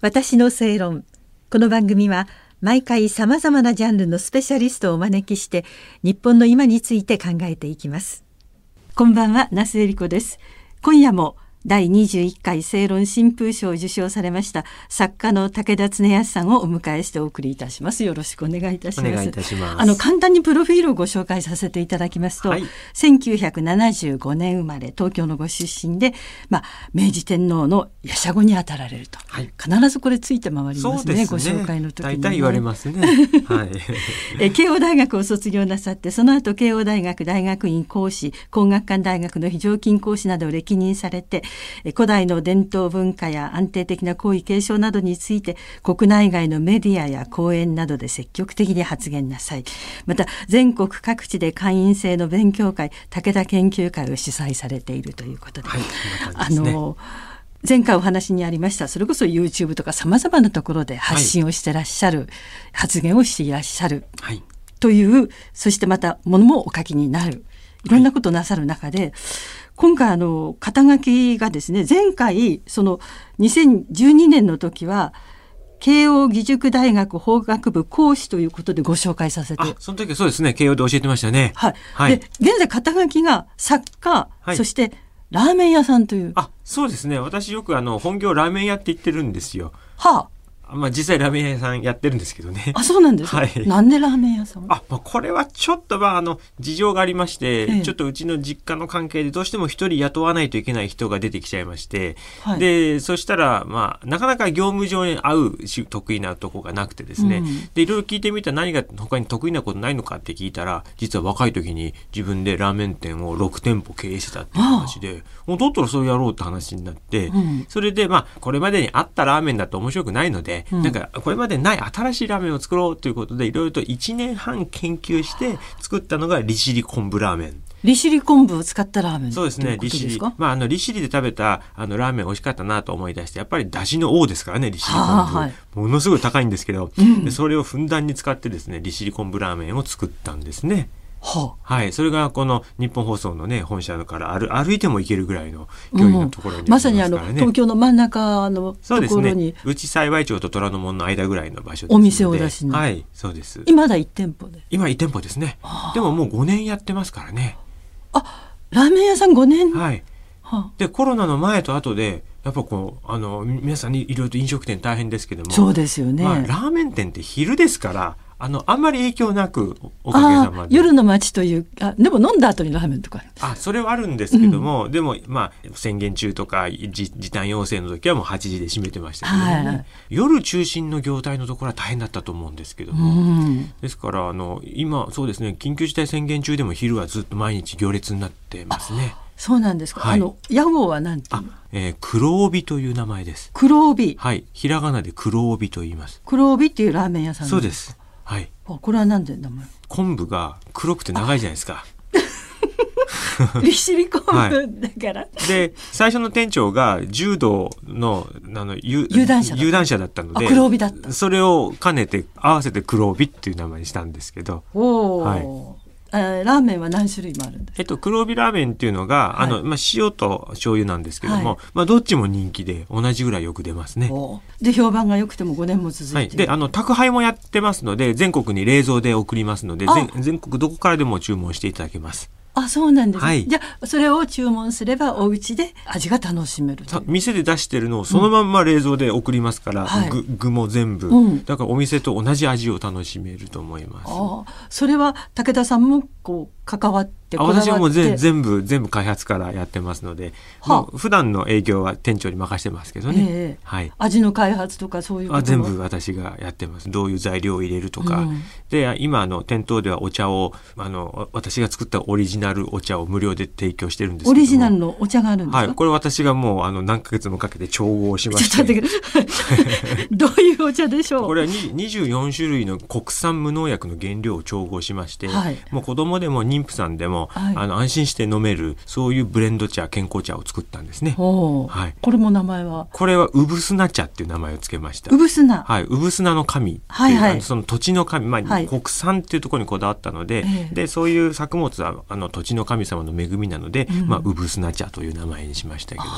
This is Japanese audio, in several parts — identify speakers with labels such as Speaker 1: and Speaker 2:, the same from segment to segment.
Speaker 1: 私の正論この番組は毎回さまざまなジャンルのスペシャリストをお招きして日本の今について考えていきますこんばんは那須恵理子です今夜も第21回正論新風賞を受賞されました作家の武田恒康さんをお迎えしてお送りいたしますよろしくお願いいたします
Speaker 2: お願いいたします
Speaker 1: あの簡単にプロフィールをご紹介させていただきますと、
Speaker 2: はい
Speaker 1: 1975年生まれ東京のご出身で、まあ、明治天皇のやしゃごに当たられると、
Speaker 2: はい
Speaker 1: 必ずこれついて回りま
Speaker 2: そう
Speaker 1: す
Speaker 2: で
Speaker 1: ね
Speaker 2: すね。
Speaker 1: ご紹介の時に、
Speaker 2: 大体言われま すね。はい。
Speaker 1: えー慶応大学を卒業なさってその後慶応大学大学院講師工学館大学の非常勤講師などを歴任されてえー古代の伝統文化や安定的な皇位継承などについて国内外のメディアや講演などで積極的に発言なさいまた全国各地で会員制の勉強会武田研究会を主催されているということで、
Speaker 2: はいそんな
Speaker 1: あ
Speaker 2: 感じですね
Speaker 1: の前回お話にありましたそれこそ YouTube とかさまざまなところで発信をしてらっしゃる、発言をしていらっしゃる
Speaker 2: はい。
Speaker 1: というそしてまたものもお書きになるいろんなことをなさる中で、今回あの肩書きがですね前回その2012年の時は慶応義塾大学法学部講師ということでご紹介させて
Speaker 2: あ、その時はそうですね。慶応で教えてましたね。
Speaker 1: はい、
Speaker 2: はい
Speaker 1: で。現在肩書きが作家、
Speaker 2: はい
Speaker 1: そしてラーメン屋さんというは
Speaker 2: あ、そうですね。私よくあの、本業ラーメン屋って言ってるんですよ。
Speaker 1: あ
Speaker 2: あまあ実際ラーメン屋さんやってるんですけどね。
Speaker 1: あそうなんです、
Speaker 2: は
Speaker 1: ね
Speaker 2: い
Speaker 1: なんでラーメン屋さん
Speaker 2: あ、まあ、これはちょっとまあ、あの、事情がありまし
Speaker 1: え
Speaker 2: て、
Speaker 1: え
Speaker 2: ちょっとうちの実家の関係でどうしても一人雇わないといけない人が出てきちゃいまして、
Speaker 1: はい
Speaker 2: で、そしたら、まあ、なかなか業務上に合うし得意なとこがなくてですね、
Speaker 1: うん
Speaker 2: で、いろいろ聞いてみたら何が他に得意なことないのかって聞いたら、実は若い時に自分でラーメン店を6店舗経営してたっていう話で、もうだったらそうやろうって話になって、
Speaker 1: うん
Speaker 2: それで、まあ、これまでにあったラーメンだと面白くないので、
Speaker 1: うん
Speaker 2: なんか、これまでない新しいラーメンを作ろうということで、いろいろと1年半研究して作ったのが利尻昆布ラーメン。
Speaker 1: 利尻昆布を使ったラーメン
Speaker 2: そうですね、
Speaker 1: といことで
Speaker 2: 利
Speaker 1: す
Speaker 2: 尻
Speaker 1: か。
Speaker 2: まあ、あの、利尻で食べた、あの、ラーメン美味しかったなと思い出して、やっぱり出汁の王ですからね、利尻昆布。
Speaker 1: はあはい
Speaker 2: ものすごい高いんですけど、でそれをふんだんに使ってですね、利尻昆布ラーメンを作ったんですね。
Speaker 1: はあ
Speaker 2: はい。それが、この、日本放送のね、本社から歩歩いても行けるぐらいの距離のところに、
Speaker 1: うんまさにあの東京の真ん中の
Speaker 2: そう
Speaker 1: と
Speaker 2: です
Speaker 1: ころ
Speaker 2: ね
Speaker 1: に、。
Speaker 2: うち幸町と虎ノ門の間ぐらいの場所ですので
Speaker 1: お店を出しに
Speaker 2: はい、そうです。
Speaker 1: 今まだ一店舗で
Speaker 2: 今、1店舗ですね。でももう5年やってますからね。
Speaker 1: あラーメン屋さん5年、
Speaker 2: はい。
Speaker 1: は
Speaker 2: で、コロナの前と後で、やっぱこう、あの、み皆さんにいろいろと飲食店大変ですけども。
Speaker 1: あそうですよね、
Speaker 2: まあ、ラーメン店って昼ですから、あの、あんまり影響なく、おおかげ
Speaker 1: あ
Speaker 2: さ
Speaker 1: あ
Speaker 2: まで。
Speaker 1: 夜の街というあでも飲んだ後にラーメンとか
Speaker 2: あそれはあるんですけども、でも、まあ、宣言中とかじ時短要請の時はもう8時で閉めてましたけどね、
Speaker 1: はい
Speaker 2: 夜中心の業態のところは大変だったと思うんですけど
Speaker 1: う
Speaker 2: も、
Speaker 1: ん
Speaker 2: ですからあの今そうですね緊急事態宣言中でも昼はずっと毎日行列になってますね。
Speaker 1: そうなんですか、
Speaker 2: はい
Speaker 1: あの屋号はなんてい
Speaker 2: あ
Speaker 1: うの、
Speaker 2: えー、黒帯という名前です。
Speaker 1: 黒帯
Speaker 2: はい、ひらがなで黒帯と言います。
Speaker 1: 黒帯っていうラーメン屋さん
Speaker 2: そうです。はい、
Speaker 1: あこれは何で 名前
Speaker 2: 昆布が黒くて長いじゃないですか。
Speaker 1: 利尻昆布だから、
Speaker 2: で、最初の店長が柔道の、あの、ゆ
Speaker 1: 有段者だった
Speaker 2: 有段者だったので、
Speaker 1: あ黒帯だった
Speaker 2: それを兼ねて合わせて黒帯っていう名前にしたんですけど、
Speaker 1: おお、
Speaker 2: はい
Speaker 1: えーラーメンは何種類もあるんですか
Speaker 2: えっと、黒帯ラーメンっていうのが、あ
Speaker 1: は
Speaker 2: の、
Speaker 1: い
Speaker 2: まあ、塩と醤油なんですけども、
Speaker 1: はい
Speaker 2: まあ、どっちも人気で、同じぐらいよく出ますね。
Speaker 1: おーで評判が良くても5年も続
Speaker 2: はいい。
Speaker 1: てい
Speaker 2: で、
Speaker 1: る、
Speaker 2: あの、宅配もやってますので、全国に冷蔵で送りますので、
Speaker 1: あ
Speaker 2: 全全国どこからでも注文していただけます。
Speaker 1: あそうなんですね、
Speaker 2: はい
Speaker 1: じゃあそれを注文すればお家で味が楽しめると
Speaker 2: さ
Speaker 1: いう
Speaker 2: 店で出してるのをそのまんま冷蔵で送りますから、
Speaker 1: はい
Speaker 2: 具具も全部、
Speaker 1: うん
Speaker 2: だからお店と同じ味を楽しめると思います。
Speaker 1: ああそれは武田さんもこう関わって
Speaker 2: あ
Speaker 1: こだわって
Speaker 2: 私はもう全全部全部開発からやってますので、
Speaker 1: はあ
Speaker 2: もう普段の営業は店長に任せてますけどね、
Speaker 1: ええ
Speaker 2: はい、
Speaker 1: 味の開発とかそういうこと
Speaker 2: あ
Speaker 1: も
Speaker 2: 全部私がやってますどういう材料を入れると
Speaker 1: う
Speaker 2: か、
Speaker 1: ん
Speaker 2: で今あの店頭ではお茶をあの私が作ったオリジナルお茶を無料で提供してるんですけど
Speaker 1: オ
Speaker 2: も
Speaker 1: リジナルのお茶があるんですか、
Speaker 2: はい、これ私がもうあの何ヶ月もかけて調合しま
Speaker 1: ちょっ
Speaker 2: し
Speaker 1: と待って
Speaker 2: て
Speaker 1: くださ いどういうお茶でしょ
Speaker 2: こ
Speaker 1: う
Speaker 2: れはに24種類の国産無農薬の原料を調合しまして、
Speaker 1: はい
Speaker 2: もう子供でも妊婦さんでも、
Speaker 1: はい
Speaker 2: あの安心して飲めるそういうブレンド茶健康茶を作ったんですね。
Speaker 1: おお
Speaker 2: はい
Speaker 1: これも名前は
Speaker 2: これはウブスナ茶っていう名前をつけました
Speaker 1: う。ぶすな、
Speaker 2: はい、ウブスナの神っていう、
Speaker 1: はいはい
Speaker 2: あのその土地の神、まあ
Speaker 1: はい
Speaker 2: 国産っていうところにこだわったので、
Speaker 1: ええ
Speaker 2: でそういう作物はあの土地の神様の恵みなので、
Speaker 1: うん
Speaker 2: まあウブスナ茶という名前にしましたけども、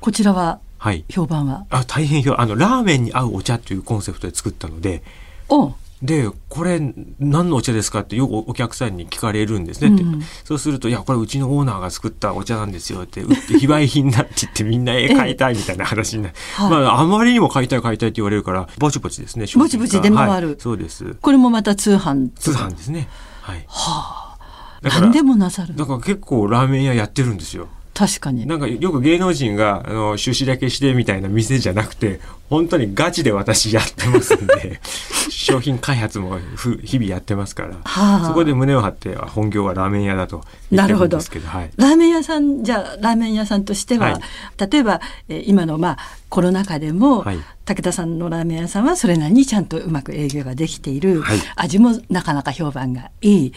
Speaker 1: こちらは
Speaker 2: はい
Speaker 1: 評判は。
Speaker 2: あ大変よあのラーメンに合うお茶というコンセプトで作ったので
Speaker 1: おう
Speaker 2: でこれ何のお茶ですかってよくお客さんに聞かれるんですねって、
Speaker 1: うん
Speaker 2: そうすると「いやこれうちのオーナーが作ったお茶なんですよ」って売って 非売品だって言ってみんな絵買いたいみたいな話になる、
Speaker 1: はい
Speaker 2: まあ、あまりにも買いたい買いたいって言われるからぼちぼちですね
Speaker 1: ぼちぼち出回る
Speaker 2: はいそうです
Speaker 1: これもまた通販
Speaker 2: 通販ですねはい
Speaker 1: はあ
Speaker 2: だから
Speaker 1: 何でもなさる
Speaker 2: だから結構ラーメン屋やってるんですよ
Speaker 1: 確かに
Speaker 2: なんかよく芸能人があの出資だけしてみたいな店じゃなくて本当にガチで私やってます んで商品開発もふ日々やってますから、
Speaker 1: はあ
Speaker 2: そこで胸を張ってあ本業はラーメン屋だと言ってるんですけどはい、
Speaker 1: ラーメン屋さんじゃあラーメン屋さんとしては、
Speaker 2: は
Speaker 1: 例えば、えー今のまあコロナ禍でも、
Speaker 2: はい
Speaker 1: 武田さんのラーメン屋さんはそれなりにちゃんとうまく営業ができている、
Speaker 2: はい
Speaker 1: 味もなかなか評判がいい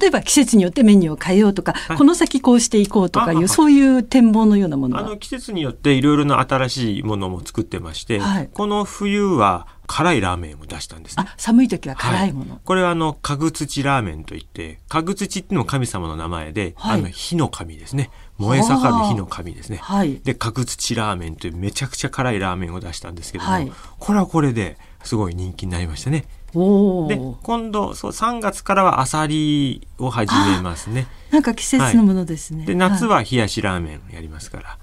Speaker 1: 例えば季節によってメニューを変えようとか、
Speaker 2: い
Speaker 1: この先こうしていこうとかい
Speaker 2: ああ
Speaker 1: うそういう展望のようなもの
Speaker 2: あ
Speaker 1: は
Speaker 2: の季節によっていろいろな新しいものも作ってまして、
Speaker 1: はい
Speaker 2: この冬は辛いラーメンを出したんですね
Speaker 1: あ寒い時は辛いもの、
Speaker 2: はこれはあの、かぐ土ラーメンといって、かぐ土っていうのも神様の名前で、
Speaker 1: はい
Speaker 2: あの、火の神ですね。燃え盛る火の神ですね。
Speaker 1: はい
Speaker 2: で、かぐ土ラーメンというめちゃくちゃ辛いラーメンを出したんですけども、
Speaker 1: はい
Speaker 2: これはこれですごい人気になりましたね。
Speaker 1: お
Speaker 2: で
Speaker 1: お、
Speaker 2: 今度、そう、3月からはアサリを始めますね。
Speaker 1: なんか季節のものですね、
Speaker 2: で、夏
Speaker 1: い
Speaker 2: は冷やしラーメンやりますから。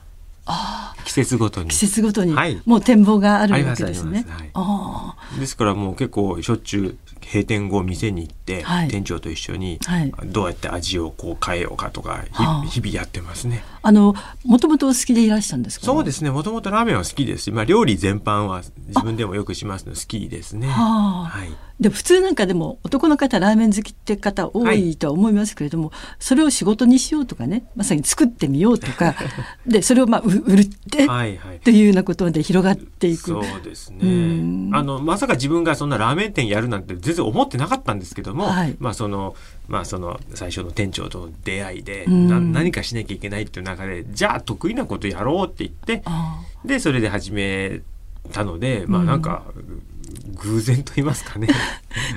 Speaker 2: 季節ごとに
Speaker 1: 季。節ごとに、
Speaker 2: はい
Speaker 1: もう展望がある
Speaker 2: あり
Speaker 1: わ
Speaker 2: ます
Speaker 1: けです
Speaker 2: あ
Speaker 1: ね
Speaker 2: りますはい
Speaker 1: あ
Speaker 2: ですからもう結構しょっちゅう閉店後店に行って、
Speaker 1: はい
Speaker 2: 店長と一緒に
Speaker 1: はい
Speaker 2: どうやって味をこう変えようかとか、ひ
Speaker 1: はあ
Speaker 2: 日々やってますね。
Speaker 1: ああのもともとお好きでいらしたんですか
Speaker 2: そうですねもともとラーメンは好きですし、まあ、料理全般は自分でもよくしますので好きですね。
Speaker 1: はあ
Speaker 2: はい、
Speaker 1: でも普通なんかでも男の方ラーメン好きって方多いとは思いますけれども、それを仕事にしようとかねまさに作ってみようと かでそれをまあう売るって、
Speaker 2: はいはい
Speaker 1: というようなことで広がっていく
Speaker 2: そうですね
Speaker 1: うん
Speaker 2: あのまさか自分がそんなラーメン店やるなんて全然思ってなかったんですけども、
Speaker 1: はい
Speaker 2: まあそのまあその最初の店長との出会いで、
Speaker 1: うん
Speaker 2: な何かしなきゃいけないっていう中でじゃあ得意なことやろうって言って
Speaker 1: ああ
Speaker 2: でそれで始めたのでまあなんか、偶然と言いますかね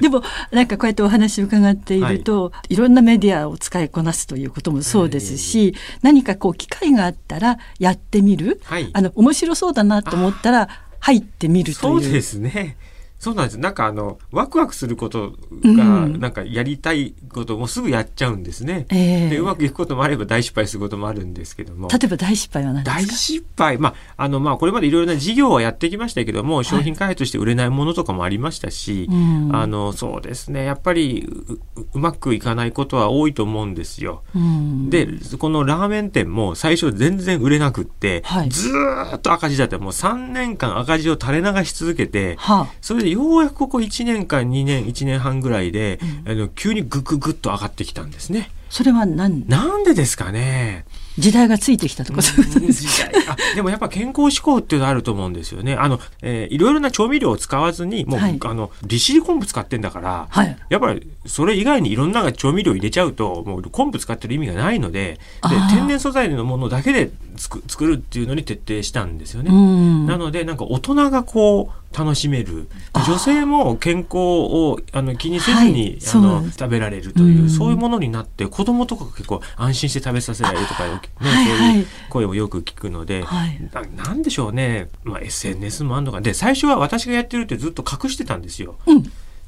Speaker 1: でもなんかこうやってお話を伺っていると、い、ろんなメディアを使いこなすということもそうですし、何かこう機会があったらやってみる、
Speaker 2: はい
Speaker 1: あの面白そうだなと思ったら入ってみるという
Speaker 2: そうですねそうなんですなんかあのワクワクすることが、
Speaker 1: うん
Speaker 2: なんかやりたいこともすぐやっちゃうんですね、
Speaker 1: ええ
Speaker 2: でうまくいくこともあれば大失敗することもあるんですけども
Speaker 1: 例えば大失敗は何ですか
Speaker 2: 大失敗、まあ、あの、まあ、これまでいろいろな事業はやってきましたけども、商品開発として売れないものとかもありましたし、
Speaker 1: うん
Speaker 2: あの、そうですね、やっぱりう、ううまくいかないことは多いと思うんですよ。
Speaker 1: うん
Speaker 2: で、このラーメン店も最初全然売れなくって、
Speaker 1: はい
Speaker 2: ずーっと赤字だった。もう3年間赤字を垂れ流し続けて、
Speaker 1: はあ
Speaker 2: それでようやくここ1年間、2年、1年半ぐらいで、あの急にグググッと上がってきたんですね。
Speaker 1: それは何
Speaker 2: なんでですかね
Speaker 1: 時代がついてきたとかそういうことです
Speaker 2: 時代あでもやっぱ健康志向っていうのあると思うんですよね。あの、えーいろいろな調味料を使わずに、もう、
Speaker 1: はい
Speaker 2: あの、利尻昆布使ってんだから、
Speaker 1: はい
Speaker 2: やっぱりそれ以外にいろんな調味料入れちゃうと、もう昆布使ってる意味がないので、
Speaker 1: あ
Speaker 2: で
Speaker 1: ー
Speaker 2: 天然素材のものだけで作作るっていうのに徹底したんですよね。
Speaker 1: うん
Speaker 2: なので、なんか大人がこう、楽しめる。女性も健康をあの気にせず
Speaker 1: は
Speaker 2: に
Speaker 1: い、
Speaker 2: あ
Speaker 1: そうなん
Speaker 2: の
Speaker 1: です
Speaker 2: 食べられるというう、
Speaker 1: ん
Speaker 2: そういうものになって、子供とかが結構安心して食べさせられるとか、ね、そう
Speaker 1: はいはい
Speaker 2: いう声をよく聞くので、
Speaker 1: はい
Speaker 2: ななんでしょうね、まあ、SNS もあんのか。で、最初は私がやってるってずっと隠してたんですよ。
Speaker 1: うん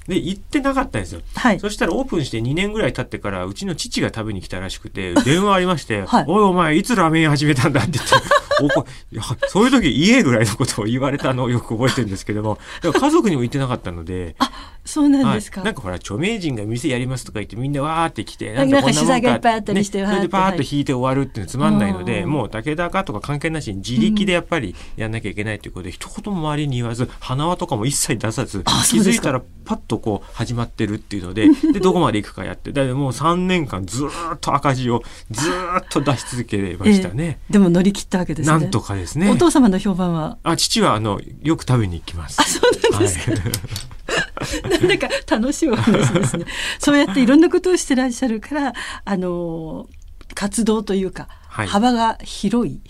Speaker 2: で、言ってなかったんですよ。
Speaker 1: はい
Speaker 2: そしたらオープンして2年ぐらい経ってから、うちの父が食べに来たらしくて、 電話ありまして、
Speaker 1: はい
Speaker 2: おいお前、いつラーメン屋始めたんだって言 って、おこいやそういう時言えぐらいのことを言われたのをよく覚えてるんですけども、でも家族にも言ってなかったので、
Speaker 1: そうなんですか、
Speaker 2: はい、なんかほら著名人が店やりますとか言ってみんなわーって来て
Speaker 1: なんか
Speaker 2: こもん
Speaker 1: 取材がいっぱいあったりして
Speaker 2: ね
Speaker 1: わー
Speaker 2: そ
Speaker 1: って
Speaker 2: れでパーッと引いて終わるっていうのつまんないので、
Speaker 1: うん
Speaker 2: もう武田かとか関係なしに自力でやっぱりやんなきゃいけないということで、一言も周りに言わず花輪とかも一切出さず
Speaker 1: あ
Speaker 2: 気
Speaker 1: そう
Speaker 2: づ
Speaker 1: です
Speaker 2: い
Speaker 1: か
Speaker 2: たらパッとこう始まってるっていう のででどこまで行くかやってだからもう3年間ずーっと赤字をずーっと出し続けましたね。
Speaker 1: でも乗り切ったわけですね
Speaker 2: なんとかですね
Speaker 1: お。父様の評判は
Speaker 2: あ父はあのよく食べに行きます。
Speaker 1: あそうなんですか、
Speaker 2: はい
Speaker 1: なんか楽しいお話ですねそうやっていろんなことをしてらっしゃるからあの活動というか、
Speaker 2: はい
Speaker 1: 幅が広い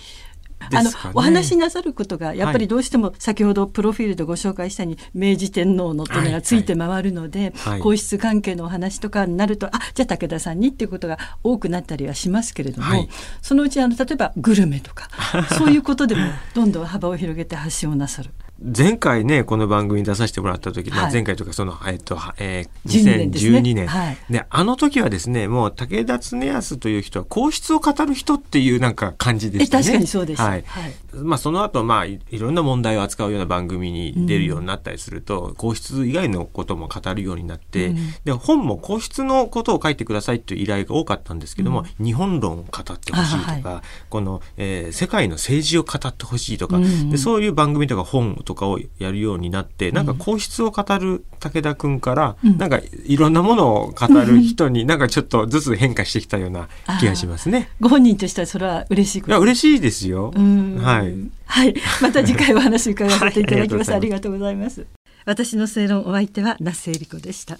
Speaker 1: あの
Speaker 2: ですかね
Speaker 1: お話しなさることがやっぱりどうしても先ほどプロフィールでご紹介したように明治天皇のっていうのがついて回るので、
Speaker 2: はいはい
Speaker 1: 皇室関係のお話とかになるとあじゃあ武田さんにっていうことが多くなったりはしますけれども、
Speaker 2: はい
Speaker 1: そのうちあの例えばグルメと かそういうことでもどんどん幅を広げて発信をなさる。
Speaker 2: 前回ねこの番組に出させてもらった時、ま
Speaker 1: は
Speaker 2: あ、
Speaker 1: い
Speaker 2: 前回とかその、えっとはえー
Speaker 1: 12年ですね
Speaker 2: 2012年
Speaker 1: はい
Speaker 2: であの時はですねもう武田恒康という人は皇室を語る人っていうなんか感じでしたね。
Speaker 1: え確かにそうでした
Speaker 2: はい
Speaker 1: はい
Speaker 2: まあ、その後、まあいいろんな問題を扱うような番組に出るようになったりすると、皇室以外のことも語るようになって、
Speaker 1: うん
Speaker 2: で本も皇室のことを書いてくださいという依頼が多かったんですけども、日本論を語ってほしいとか、
Speaker 1: あは
Speaker 2: この、えー世界の政治を語ってほしいとか、
Speaker 1: うんうん
Speaker 2: でそういう番組とか本とかをやるようになって、なんか皇室を語る武田くんから、
Speaker 1: うん
Speaker 2: なんかいろんなものを語る人に、なんかちょっとずつ変化してきたような気がしますね。
Speaker 1: ご本人としてはそれは嬉しいこ
Speaker 2: い
Speaker 1: と
Speaker 2: や、嬉しいですよ。
Speaker 1: うん
Speaker 2: はい。
Speaker 1: はい。また次回お話伺わせていただきます。
Speaker 2: はい
Speaker 1: ありがとうございます。私の正論お相手は那須恵理子でした。